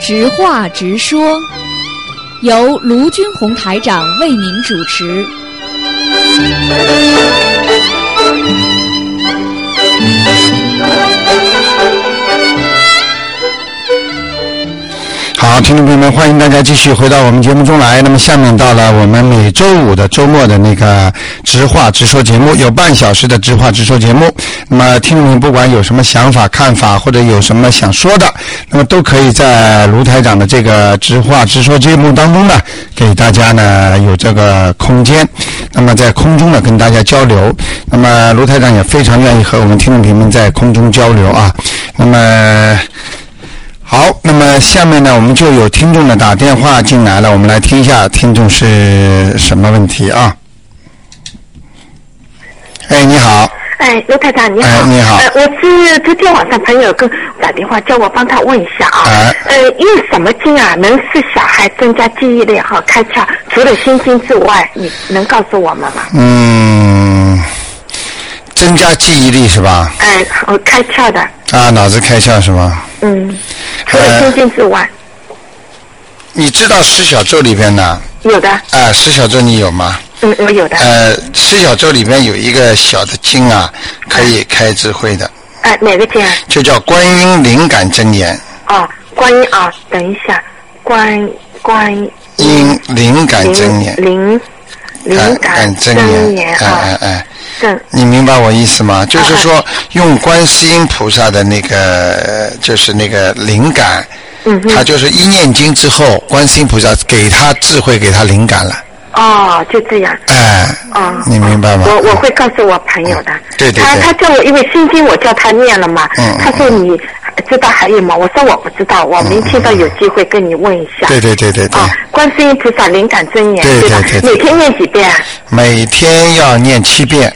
直话直说，由卢军红台长为您主持。好，听众朋友们，欢迎大家继续回到我们节目中来。那么，下面到了我们每周五的周末的那个直话直说节目，有半小时的直话直说节目。那么，听众们不管有什么想法、看法，或者有什么想说的，那么都可以在卢台长的这个直话直说节目当中呢，给大家呢有这个空间。那么，在空中呢跟大家交流。那么，卢台长也非常愿意和我们听众朋友们在空中交流啊。那么。好，那么下面呢，我们就有听众呢打电话进来了，我们来听一下听众是什么问题啊？哎，你好，哎，刘台长你好，哎你好呃，我是昨天晚上朋友跟打电话叫我帮他问一下啊，哎呃，用什么经啊能使小孩增加记忆力和开窍？除了心经之外，你能告诉我们吗？嗯，增加记忆力是吧？哎，我开窍的，啊，脑子开窍是吧？嗯，除呃了心经之外，你知道十哎小咒里边呢？有的，啊，十小咒你有吗？嗯，我有的，呃，十小咒里边有一个小的经啊，可以开智慧的，哎，哪个经啊？就叫观音灵感真言。哦，观音啊，等一下，观观音因灵感真言，灵灵感真真言，言哎哎啊，哎。正你明白我意思吗？就是说，用观世音菩萨的那个，就是那个灵感，嗯他就是一念经之后，观世音菩萨给他智慧，给他灵感了。哦，就这样。哎，哦，你明白吗？我我会告诉我朋友的。啊对对他对他叫我，因为心经我叫他念了嘛。嗯他说你知道还有吗？我说我不知道，我明天到有机会跟你问一下。对对对对对啊，，观世音菩萨灵感真言，对吧对对？对每天念几遍啊？每天要念七遍，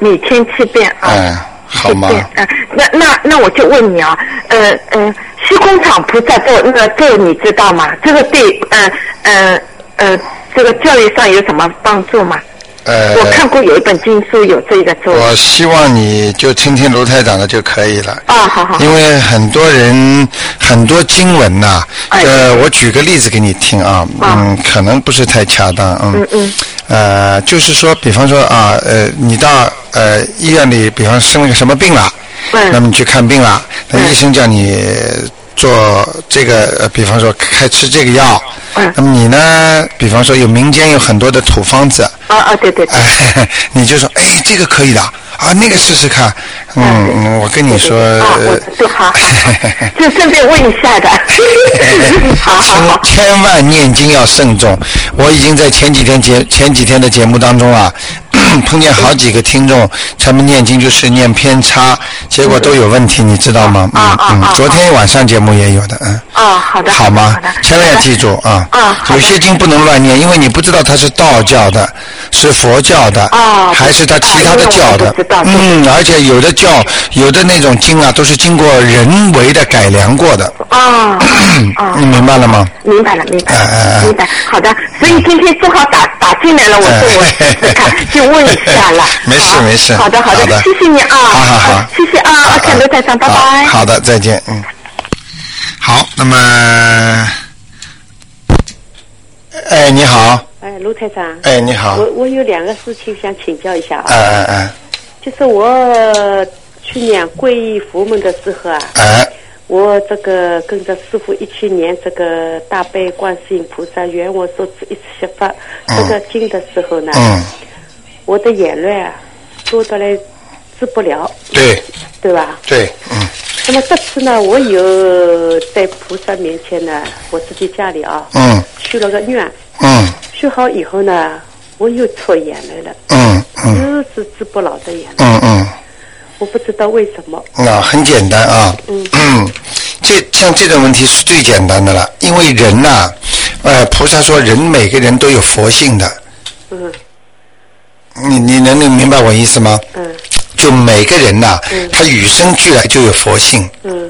每天七遍啊。嗯，好吗七？遍嗯，那那那我就问你啊，呃呃，虚空场菩萨咒那个咒你知道吗？这个对，呃呃呃，这个教育上有什么帮助吗？呃，我看过有一本经书有这个咒。我希望你就听听卢台长的就可以了。啊，好好。 因为很多人很多经文呐、哎呃，我举个例子给你听啊，嗯，可能不是太恰当，嗯嗯，呃，就是说，比方说啊，呃，你到呃医院里，比方生了个什么病了，嗯那么你去看病了，那医生叫你做这个，呃，比方说开吃这个药，嗯那么你呢，比方说有民间有很多的土方子， 啊啊，对对对，哎，你就说，哎，这个可以的啊，那个试试看。嗯，嗯我跟你说，呃啊，我对，好 好，好就顺便问一下的，好好 好，千千万念经要慎重。我已经在前几天节前几天的节目当中啊， 碰见好几个听众，他们念经就是念偏差，结果都有问题，你知道吗？嗯啊啊嗯啊，昨天晚上节目也有的，嗯。啊，好的，好吗好的，？千万要记住啊！啊好的有些经不能乱念，因为你不知道它是道教的，是佛教的，哦还是它其他的教的啊因为我不知道。嗯，而且有的教，有的那种经啊，都是经过人为的改良过的，啊啊，你明白了吗？明白了，明白哎哎哎，了，明白，好的，所以今天正好打打进来了，我说我试试看，就问一下了呃 没事好没事好的好好的的，谢谢你啊，好好好啊谢谢啊，啊啊，看刘台长，拜好拜。好的，再见。嗯，好，那么，哎，你好，哎，卢台长，哎，你好我，我有两个事情想请教一下啊，哎哎哎就是我去年皈依佛门的时候啊，哎，我这个跟着师傅一起念这个大悲观世音菩萨圆我所知一切十法这个经的时候呢，嗯，我的眼泪啊多得来治不了，对对吧？对，嗯那么这次呢，我有在菩萨面前呢，我自己家里啊，嗯许了个愿，嗯许好以后呢，我又出眼泪了，嗯嗯又是治不了的眼泪。嗯嗯。我不知道为什么。那很简单啊，嗯，这像这种问题是最简单的了，因为人呐、呃，菩萨说人每个人都有佛性的，嗯你你能能明白我意思吗？嗯就每个人呐、他与生俱来就有佛性，嗯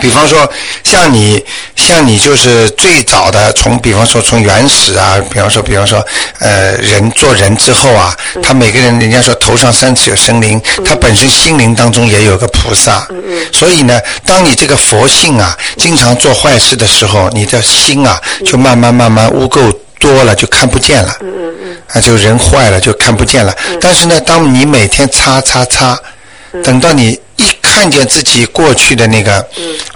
比方说，像你，像你就是最早的从，比方说从原始啊，比方说，比方说，呃，人做人之后啊，他每个人，人家说头上三尺有神灵，他本身心灵当中也有个菩萨。所以呢，当你这个佛性啊，经常做坏事的时候，你的心啊，就慢慢慢慢污垢多了，就看不见了。啊，就人坏了就看不见了。但是呢，当你每天擦擦擦，等到你一看见自己过去的那个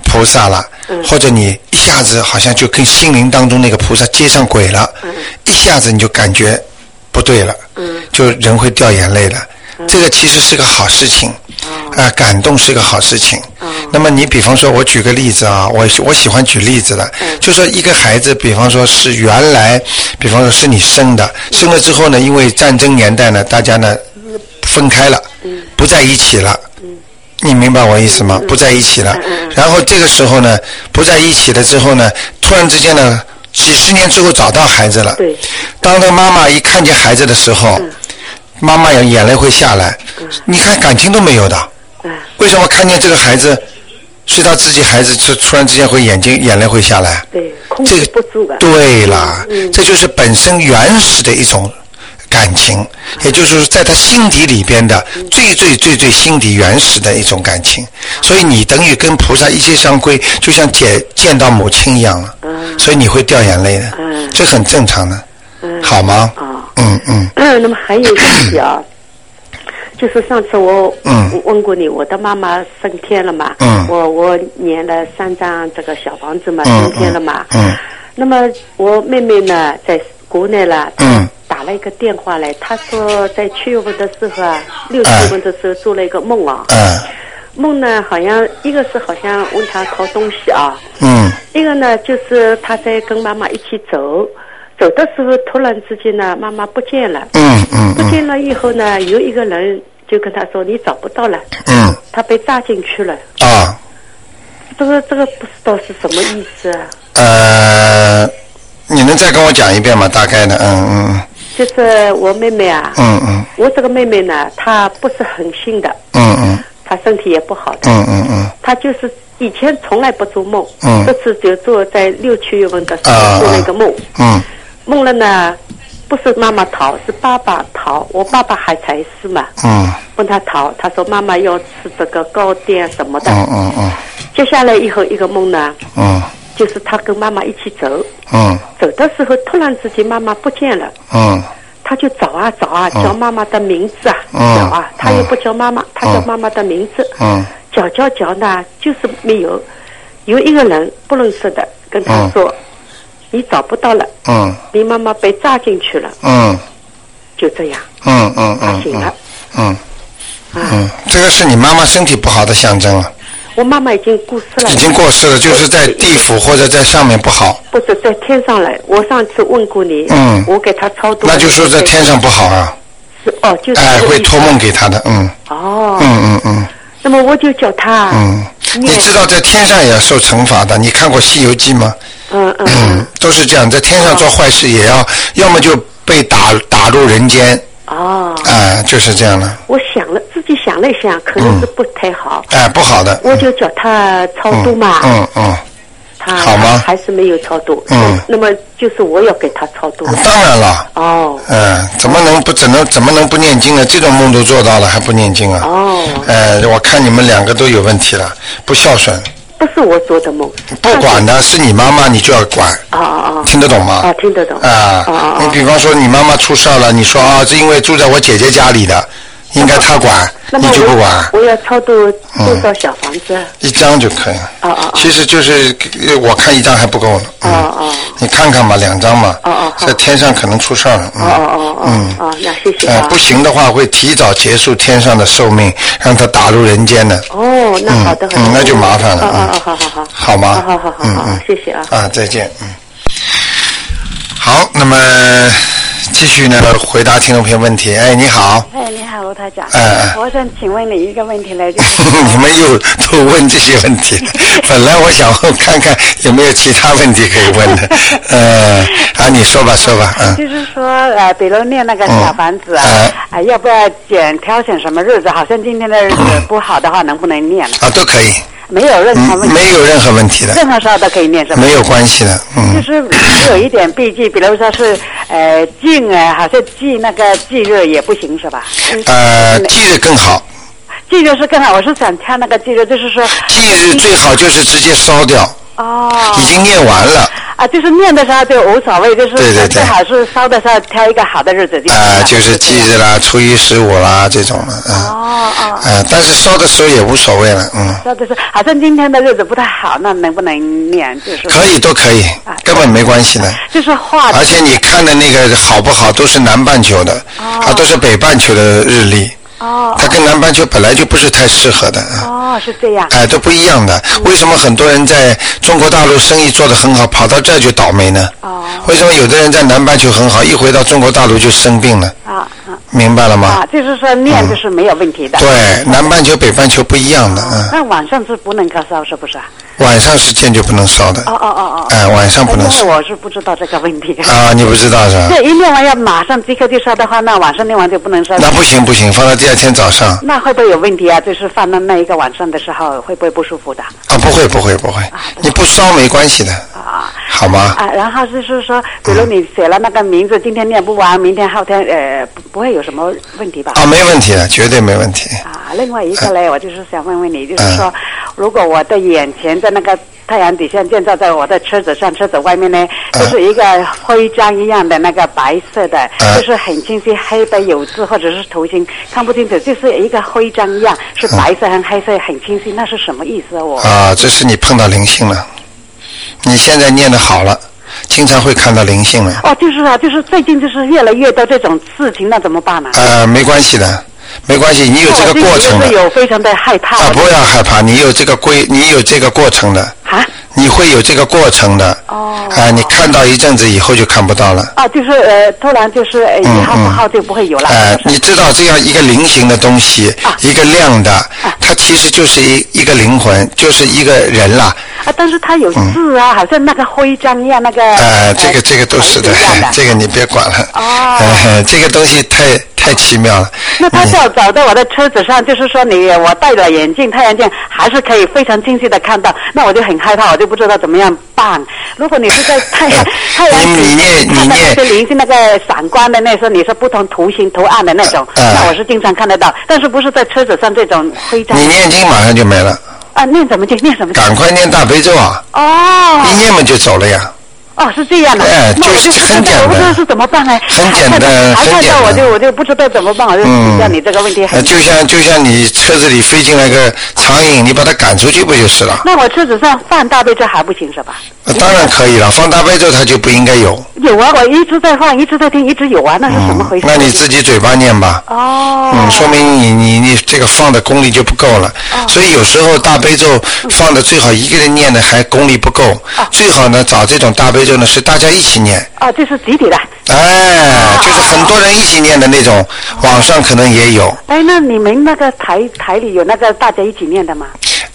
菩萨了，或者你一下子好像就跟心灵当中那个菩萨接上轨了，一下子你就感觉不对了，就人会掉眼泪了。这个其实是个好事情，啊，感动是个好事情。那么你比方说，我举个例子啊，我我喜欢举例子的，就说一个孩子，比方说是原来，比方说是你生的，生了之后呢，因为战争年代呢，大家呢分开了，不在一起了。你明白我意思吗？不在一起了。然后这个时候呢，不在一起了之后呢，突然之间呢，几十年之后找到孩子了。对。当他妈妈一看见孩子的时候，妈妈眼眼泪会下来。你看感情都没有的。为什么看见这个孩子是他自己孩子，就突然之间会眼睛眼泪会下来？对，控这制个不住啊。对啦，这就是本身原始的一种感情，也就是说在他心底里边的最最最最心底原始的一种感情。所以你等于跟菩萨一切相归，就像见见到母亲一样了。所以你会掉眼泪的，这很正常的，好吗？嗯啊 嗯嗯，嗯，那么还有一个问题啊，就是上次我嗯我问过你，我的妈妈升天了嘛？嗯我我念了三张这个小房子嘛，嗯升天了嘛？嗯嗯那么我妹妹呢，在国内了。嗯打了一个电话来，她说在七月份的时候啊，哎六七月份的时候做了一个梦啊，嗯梦呢好像一个是好像问她考东西啊，嗯一个呢，就是他在跟妈妈一起走，走的时候突然之间呢，妈妈不见了。嗯嗯不见了以后呢，有一个人就跟他说：“你找不到了，嗯他被炸进去了。啊”这个这个不知道是什么意思啊？呃，你能再跟我讲一遍吗？大概的，嗯就是我妹妹啊，嗯嗯我这个妹妹呢，她不是很信的，嗯嗯她身体也不好的，嗯嗯嗯她就是以前从来不做梦，嗯这次就做在六七月份的时啊候做了一个梦。嗯梦了呢，不是妈妈逃，是爸爸逃。我爸爸还才是嘛，嗯问他逃，他说妈妈要吃这个糕点什么的。嗯嗯嗯接下来以后一个梦呢，嗯就是他跟妈妈一起走，嗯走的时候突然之间妈妈不见了，嗯他就找啊找啊，哦叫妈妈的名字啊，嗯找啊，他又不叫妈妈，哦他叫妈妈的名字，嗯叫叫叫呢，就是没有，有一个人不认识的跟他哦说，你找不到了，嗯你妈妈被炸进去了，嗯就这样。嗯嗯他醒嗯了。嗯嗯，这个是你妈妈身体不好的象征了，我妈妈已经过世了，已经过世了，就是在地府或者在上面不好，不是在天上来。我上次问过你，嗯我给她超度，那就说在天上不好啊，是哦，就是哎，这个会意思托梦给他的，嗯哦。嗯嗯嗯那么我就叫她嗯，你念知道在天上也要受惩罚的，你看过《西游记》吗？嗯嗯嗯嗯，都是这样，在天上做坏事也要，要么就被打打入人间，哦，啊、就是这样的，我想了，自己想了一想，可能是不太好，哎、不好的，我就叫她超度嘛，嗯嗯，她好吗还是没有超度，嗯那么就是我要给她超度了嗯，当然了，哦嗯、怎么能不怎能怎么能不念经呢？这种梦都做到了还不念经啊？哦，呃，我看你们两个都有问题了，不孝顺，不是我做的梦，不管的是你妈妈，你就要管，哦哦听得懂吗？哦，哦，听得懂，啊哦哦，你哦，比方说你妈妈出事儿了，你说啊，是因为住在我姐姐家里的，应该她管，那你么就不管。嗯我我要超度多少小房子？一张就可以了。哦哦哦其实就是呃我看一张还不够呢。嗯哦哦你看看吧，两张吧。哦哦好在天上可能出事儿了。嗯哦哦哦哦，那谢谢呃啊不。行的话，会提早结束天上的寿命，让他打入人间的，哦，那好的好的嗯，那就麻烦了哦嗯哦哦，好好好，好吗？好好好嗯好好嗯，，谢谢啊。啊，再见。嗯，好，那么继续呢，回答听众朋友问题。哎，你好， 哎，你好，罗台长。哎哎我想请问你一个问题 来，就是你们又都问这些问题了，本来我想问看看有没有其他问题可以问的，呃，啊，你说吧，说吧，嗯。就是说，呃，比如念那个小房子啊，嗯啊、要不要选挑选什么日子？好像今天的日子不好的话，能不能念了？啊，都可以。没有任何问嗯题，没有任何问题的，任何时候都可以念什么。没有关系的，就嗯，是有一点避忌，比如说是呃静啊，好像忌那个忌热也不行是吧？呃，忌日更好，忌热是更好，我是想看那个忌热，就是说忌日最好就是直接烧掉，哦已经念完了，啊，就是念的时候就无所谓，就是对对对最好是烧的时候挑一个好的日子就行了啊，就是忌日啦，初一十五啦这种了，哦啊，哦，呃，但是烧的时候也无所谓了，嗯，烧的是好像今天的日子不太好，那能不能念？就是可以都可以，啊根本没关系的。就是化而且你看的那个好不好，都是南半球的，它都是北半球的日历，哦它跟南半球本来就不是太适合的。啊哦是这样。哎，都不一样的。嗯为什么很多人在中国大陆生意做得很好，跑到这儿就倒霉呢？哦为什么有的人在南半球很好，一回到中国大陆就生病了？啊啊明白了吗啊！？就是说念就是没有问题的。嗯对，南半球、北半球不一样的啊。那晚上是不能咳嗽，是不是啊？晚上是坚决不能烧的。哦哦哦哦。哎，晚上不能因烧为我是不知道这个问题。啊，你不知道是吧？这一念完要马上即刻就烧的话，那晚上念完就不能烧。那不行不行，放到第二天早上那会不会有问题啊？就是放到那一个晚上的时候，会不会不舒服的？啊，不会不会不会，你不烧没关系的，啊好吗？啊，然后就是说，比如你写了那个名字，今天念不完，明天后天呃不不会有什么问题吧？啊，没问题的，绝对没问题。啊，另外一个嘞，我就是想问问你，就是说，如果我的眼前在那个太阳底下建造在我的车子上、车子外面呢，就是一个徽章一样的那个白色的，嗯就是很清晰黑白有字或者是图形看不清楚，就是一个徽章一样，是白色和黑色很清晰，那是什么意啊思啊？我啊，这是你碰到灵性了，你现在念的好了，经常会看到灵性了。哦，就是啊，就是最近就是越来越多这种事情，那怎么办呢、啊呃，没关系的，没关系，你有这个过程我的就是有非常的害怕。啊，我就不要害怕，你有这个规，你有这个过程的，啊。你会有这个过程的。哦。啊，你看到一阵子以后就看不到了。啊，就是呃，突然就是呃，嗯一号不号就不会有了。哎、你知道这样一个菱形的东西，一个亮的，它其实就是一一个灵魂，就是一个人啦。啊，但是它有字啊，好像那个徽章一样，那个呃，嗯这个这个都是的哎牌子一哦样， 这个你别管了。哦哎这个东西太太奇妙了。那它你是要找到我的车子上，就是说你我戴了眼镜、太阳镜，还是可以非常清晰的看到。那我就很害怕，我就不知道怎么样办。如果你是在 太阳太阳嗯你底念你下看到念那些零星那个闪光的那时候，你说不同图形图案的那种，呃那我是经常看得到，但是不是在车子上这种徽章你念经马上就没了，啊？念什么经？念什么经？赶快念大悲咒啊！哦一念嘛就走了呀。哦，是这样的，哎那我就是就不知道很简单我不知道是怎么办呢？很简单还很看简到单我就我就不知道怎么办，我就请教你这个问题。呃嗯就像就像你车子里飞进来个苍蝇，你把它赶出去不就是了？那我车子上放大悲咒还不行是吧？那当然可以了，放大悲咒它就不应该有。有啊，我一直在放，一直在听，一直有啊，那是怎么回嗯，事？那你自己嘴巴念吧。哦，嗯，说明你你你这个放的功力就不够了，所以有时候大悲咒放的最好一个人念的还功力不够，最好呢找这种大悲咒呢是大家一起念，啊，这是集体的。哎，就是很多人一起念的那种，网上可能也有，哎，那你们那个台台里有那个大家一起念的吗？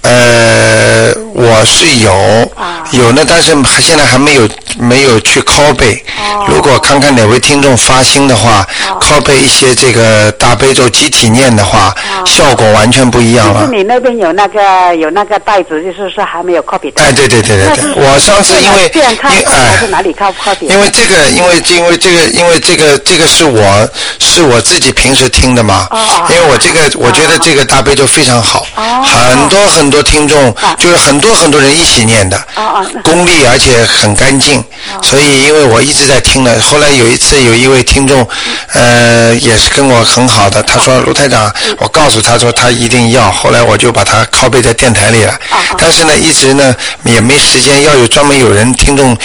呃，我是有有呢，但是还现在还没有没有去拷贝，如果看看哪位听众发心的话，拷贝一些这个大悲咒集体念的话，效果完全不一样就了是。你那边有那个有那个袋子，就是说还没有 copy 的。哎，对对对对那对是，我上次因为这样看因还是哎，哪里 copy？因为这个，因为因为这个，因为这个，这个是我是我自己平时听的嘛，哦因为我这个我觉得这个大悲咒非常好，很多很多听众就是很多很多人一起念的，哦功力而且很干净，所以因为我一直在听的，后来有一次有一位听众，呃，也是跟我很好的，他说哦卢台长，嗯我告诉他说他一定要，后来我就把他拷贝在电台里了，哦但是呢，一直呢也没时间，要有专门有人听众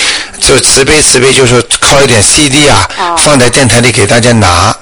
就慈悲慈悲，就是拷一点 CD 啊，哦放在电台里给大家拿，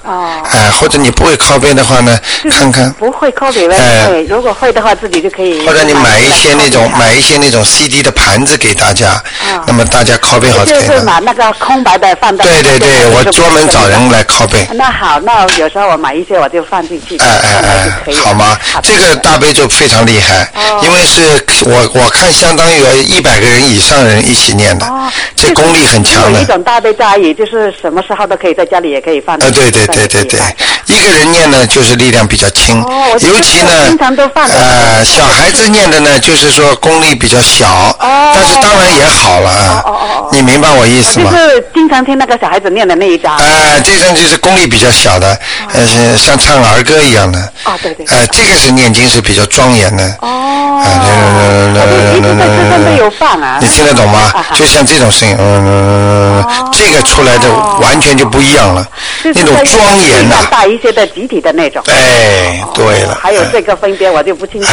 哎，或者你不会拷贝的话呢，看看。嗯不会 copy 呗，哎对如果会的话，自己就可以。或者你买一些那种 copy 的嗯买一些那种 CD 的盘子给大家，那么大家拷贝好就可以是了。把那个空白的放到。对对对，我专门找人。来拷贝。那好，那有时候我买一些我就放进去，哎放进去哎可哎以，了。好吗？的这个大悲咒非常厉哦害，因为是我我看相当于一百个人以上人一起念的哦，这就是功力很强有的。一种大悲咒而已，就是什么时候都可以在家里也可以放。呃，对对对对对，一个人念呢就是力量比较轻，哦我就尤其是呢经常都，放着呃，小孩子念的呢就是说功力比较小，但是当然也好了啊，哦哦哦你明白我意思就吗？是经常听那个小孩子念的那一章。呃，这种就是功力比较小的，呃，是像唱儿歌一样的。哦对对对呃，这个是念经是比较庄严的。哦啊我就一直在车上都有放啊。你听得懂吗啊哈？就像这种声音，嗯，这个出来的完全就不一样了，就是那种在庄严呐地上。哦大一些的集体的那种。哎，对了，。还有这个分别我就不清楚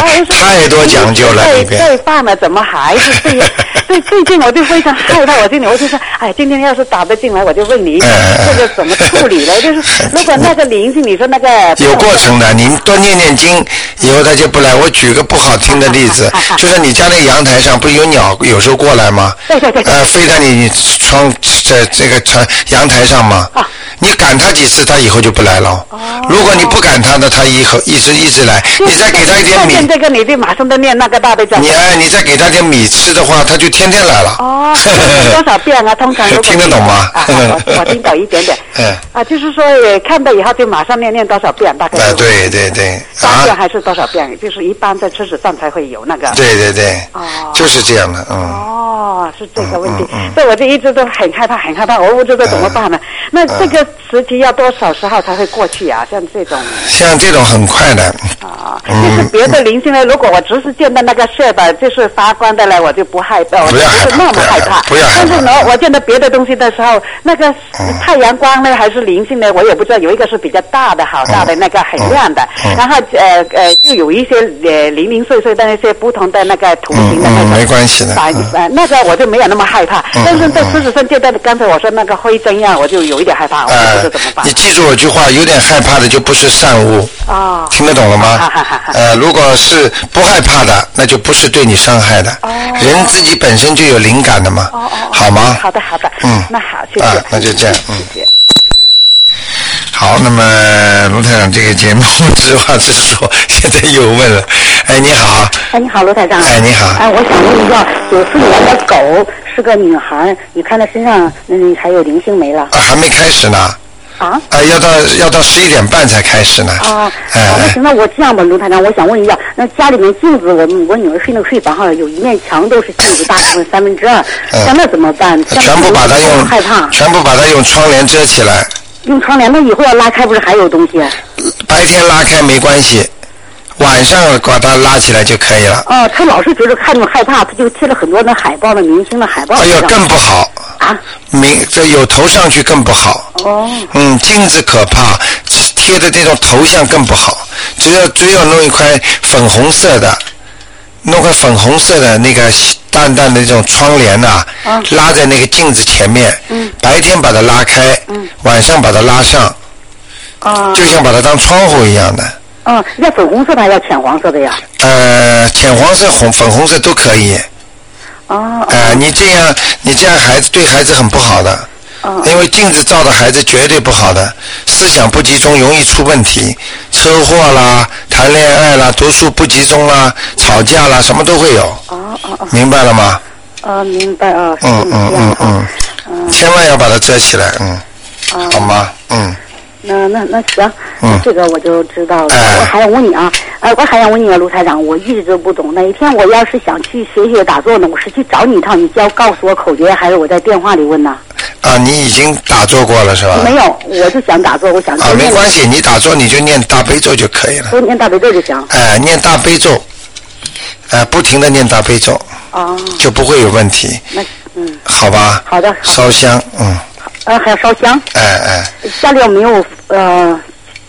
哎我就说太多讲究了对里边对放了怎么还是这样？对，最近我就非常害怕，我心里我就说，哎，今天要是打不进来，我就问你一下哎哎这个怎么处理了？就是如果那个灵性，你说那个有过程的，你多念念经，以后他就不来。我举个不好听的例子，就是你家那阳台上不是有鸟有时候过来吗？对对对呃，飞到你窗这这个窗阳台上嘛，你赶它几次，它以后就不来了。如果你不赶它呢，它以后一直一直来。你再给它一点看米，见这个你就马上都念那个大悲咒。你哎，你再给它点米吃的话，它就天天来了。哦，念多少遍啊？通常如果听得懂吗啊，我我听懂一点点。嗯啊，就是说呃看到以后就马上念念多少遍，大概。哎，对对对，三遍啊，还是多少遍？就是一般在车子上才会有那个。对对对，就是这样的，嗯。哦，是这个问题，所以我就一直都很害怕，很害怕，我不知道怎么办呢。嗯那这个时期要多少时候才会过去啊？像这种像这种很快的，啊，嗯就是别的灵性呢，如果我只是见到那个色的，就是发光的呢，我就不害怕，我不就要不害是怕那么害怕。不要害怕嗯但是呢，我见到别的东西的时候，那个太阳光呢，还是灵性呢，我也不知道。有一个是比较大的，好大的那个很亮的，嗯然后呃呃，就有一些呃零零碎碎的那些不同的那个图形的嗯那种。嗯没关系 的 反哎呃那个我就没有那么害怕，嗯但是在事实上见到刚才我说那个灰针呀，我就有一点害怕，我呃就不知哦道怎么，办你。记住我句话，有点害怕的就不是善物，啊哦听得懂了吗哈哈哈？哈呃，如果是不害怕的，那就不是对你伤害的。哦人自己本身就有灵感的嘛，好吗？好的，好的，嗯那好，谢谢啊，那就这样嗯谢谢。好，那么卢台长这个节目 直话直说， 现在又问了，哎，你好，哎，你好，罗台长。哎你啊好哎，我想问一下，九四年的狗是个女孩，你看她身上，嗯，还有灵性没了？啊还没开始呢，啊？啊，要到要到十一点半才开始呢，哦啊，好，那哎行，那我这样吧，卢台长，我想问一下，那家里面镜子，我我女儿睡那个睡房哈，有一面墙都是镜子，大部分三分之二，嗯像那怎么办？像全部把它我用害怕，全部把它用窗帘遮起来，用窗帘，那以后要拉开，不是还有东西？啊白天拉开没关系，晚上把它拉起来就可以了。哦，她老是觉得看着害怕，她就贴了很多那海报，那明星的海报。哦哎呦，这样更不好，啊，明这有头上去更不好。哦，嗯，镜子可怕，贴的这种头像更不好。只要只有弄一块粉红色的，弄块粉红色的那个淡淡的这种窗帘呐、拉在那个镜子前面。嗯。白天把它拉开，嗯，晚上把它拉上，啊，就像把它当窗户一样的。嗯，要粉红色的，还要浅黄色的呀？呃，浅黄色、红粉红色都可以。啊，呃，你这样，你这样孩子对孩子很不好的，哦因为镜子照的孩子绝对不好的，思想不集中，容易出问题，车祸啦、谈恋爱啦、读书不集中啦、吵架啦，什么都会有，哦哦哦，明白了吗？啊，明白啊，是嗯这嗯样嗯哈。嗯，千万要把它遮起来，嗯，哦好吗？嗯，那那那行，嗯这个我就知道了。哎我还想问你啊，哎，我还想问你啊，卢台长，我一直都不懂，哪一天我要是想去学学打坐呢，我是去找你一趟，你就要告诉我口诀，还是我在电话里问呢？啊，你已经打坐过了是吧？没有，我就想打坐，我想啊，去没念，关系，你打坐你就念大悲咒就可以了。我念大悲咒就行。哎、念大悲咒，哎、不停的念大悲咒，哦，就不会有问题，那嗯，好吧？好的好的烧香，嗯，呃，还要烧香，哎哎家里有没有呃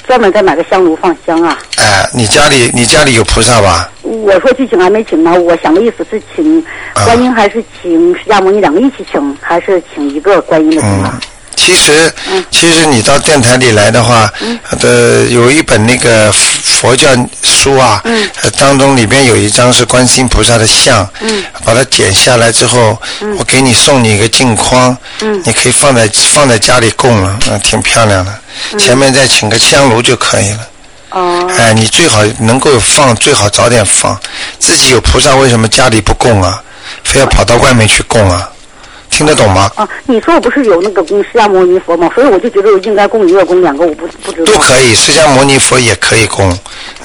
专门再买个香炉放香啊？哎，你家里你家里有菩萨吧？我说去请还没请呢，我想的意思是请啊观音还是请释迦牟尼两个一起请，还是请一个观音的请啊？其实，嗯其实你到电台里来的话，呃，有一本那个佛佛教书啊，嗯呃当中里边有一张是观世音菩萨的像，嗯把它剪下来之后，我给你送你一个镜框，嗯你可以放在放在家里供了，嗯，挺漂亮的。嗯前面再请个香炉就可以了。哦哎，你最好能够放，最好早点放。自己有菩萨，为什么家里不供啊？非要跑到外面去供啊？听得懂吗？啊，你说我不是有那个供释迦牟尼佛吗？所以我就觉得我应该供一个供两个，我不不知道。都可以，释迦牟尼佛也可以供，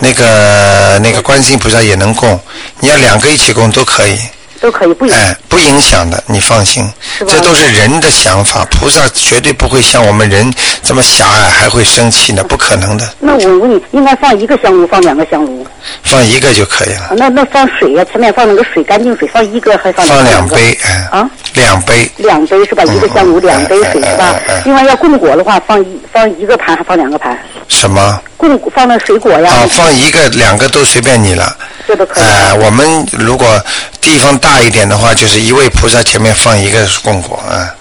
那个那个观世音菩萨也能供，你要两个一起供都可以。都可以，不影哎，不影响的，你放心，吧这都是人的想法，菩萨绝对不会像我们人这么狭隘，还会生气呢，不可能的，那我问你，应该放一个香炉，放两个香炉？放一个就可以啊了，那那放水呀、前面放那个水，干净水，放一个还放放两个杯，哎，啊，两杯，两杯是吧？一个香炉，两杯水是吧哎哎哎哎？另外要供果的话，放一放一个盘，还放两个盘。什么？供果放那水果呀，啊，放一个、两个都随便你了。这都可以。哎、我们如果地方大一点的话，就是一位菩萨前面放一个供果，啊，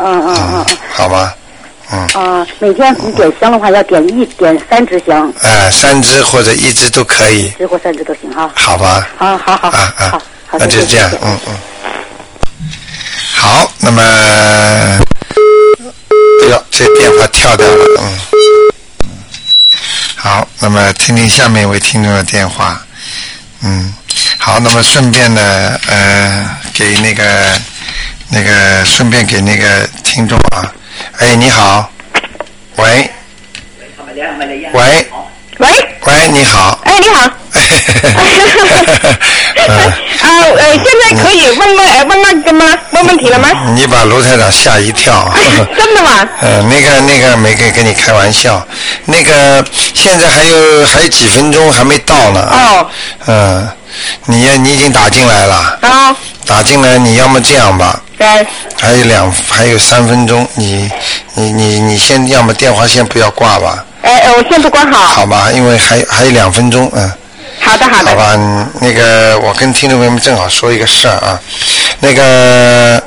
嗯嗯嗯嗯好吧？啊！每天你点香的话，要点一点三支香，哎、三只或者一只都可以，支或三支都行啊。好吧？好好好，啊好啊，好，那谢就谢这样谢，谢嗯嗯。好，那么，哎呦，这电话跳掉了，嗯。好，那么听听下面一位听众的电话，嗯，好，那么顺便呢，呃，给那个那个顺便给那个听众啊，哎，你好，喂，喂，喂，喂，你好， 哎，你好， 啊呃，现在可以问问呃问问什么问问题了吗？你把卢台长吓一跳。 真的吗？呃，那个那个没跟跟你开玩笑，那个现在还有还有几分钟还没到呢。哦。嗯，你也你已经打进来了，啊，打进来你要么这样吧，对，还有两还有三分钟，你你你你先要么电话先不要挂吧，哎呃，我先不关好。好吧，因为还还有两分钟，嗯。好的，好好的。吧，嗯那个我跟听众朋友们正好说一个事儿啊，那个。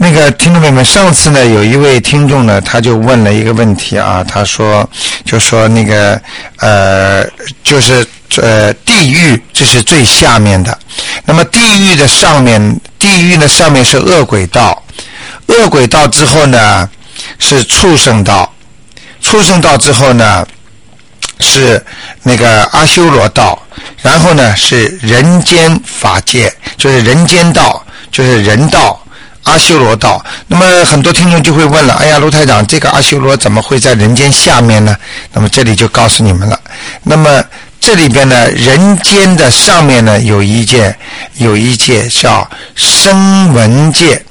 那个听众朋友们，上次呢，有一位听众呢，他就问了一个问题啊，他说，就说那个呃，就是呃，地狱这是最下面的，那么地狱的上面，地狱的上面是恶鬼道，恶鬼道之后呢是畜生道，畜生道之后呢是那个阿修罗道，然后呢是人间法界，就是人间道，就是人道。阿修罗道，那么很多听众就会问了：哎呀，卢台长，这个阿修罗怎么会在人间下面呢？那么这里就告诉你们了。那么这里边呢，人间的上面呢有一界，有一界叫声闻界，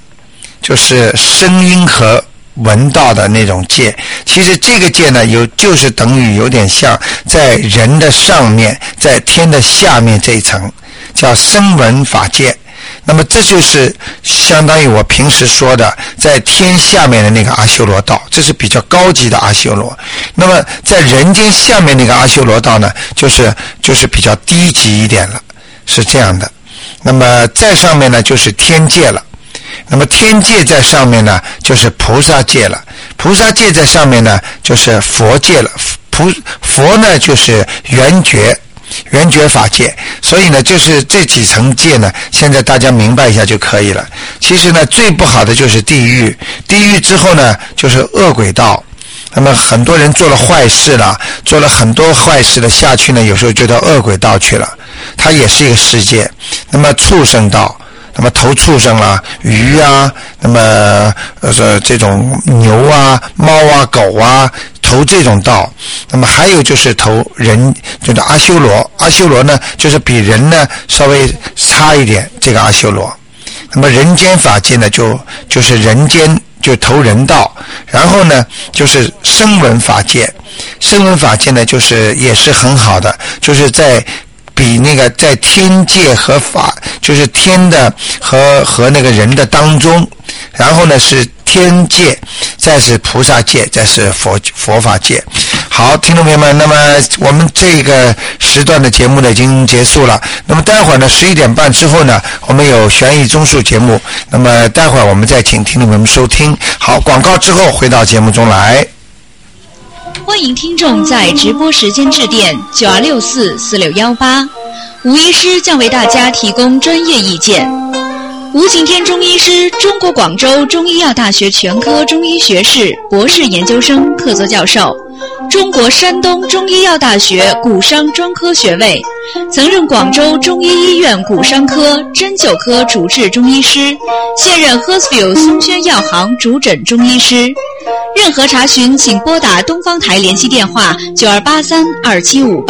就是声音和闻到的那种界。其实这个界呢，有就是等于有点像在人的上面，在天的下面这一层，叫声闻法界。那么这就是相当于我平时说的，在天下面的那个阿修罗道，这是比较高级的阿修罗。那么在人间下面那个阿修罗道呢，就是就是比较低级一点了，是这样的。那么在上面呢，就是天界了。那么天界在上面呢，就是菩萨界了；菩萨界在上面呢，就是佛界了。菩佛呢，就是圆觉。圆觉法界，所以呢，就是这几层界呢，现在大家明白一下就可以了。其实呢，最不好的就是地狱，地狱之后呢，就是恶鬼道。那么很多人做了坏事了，做了很多坏事的下去呢，有时候就到恶鬼道去了，它也是一个世界。那么畜生道，那么投畜生啦、鱼啊，那么呃这这种牛啊、猫啊、狗啊，投这种道。那么还有就是投人，就是阿修罗。阿修罗呢，就是比人呢稍微差一点，这个阿修罗。那么人间法界呢，就就是人间就投人道，然后呢就是声闻法界，声闻法界呢就是也是很好的，就是在。比那个在天界和法，就是天的和和那个人的当中，然后呢是天界，再是菩萨界，再是佛佛法界。好，听众朋友们，那么我们这个时段的节目呢已经结束了。那么待会儿呢，十一点半之后呢，我们有悬疑综述节目。那么待会儿我们再请听众朋友们收听。好，广告之后回到节目中来。欢迎听众在直播时间致电九二六四四六幺八，吴医师将为大家提供专业意见。吴景天中医师，中国广州中医药大学全科中医学士、博士研究生客座教授，中。中国山东中医药大学骨伤专科学位，曾任广州中医医院骨伤科、针灸科主治中医师，现任 Hersfield 松轩药行主诊中医师。任何查询，请拨打东方台联系电话九二八三二七五八。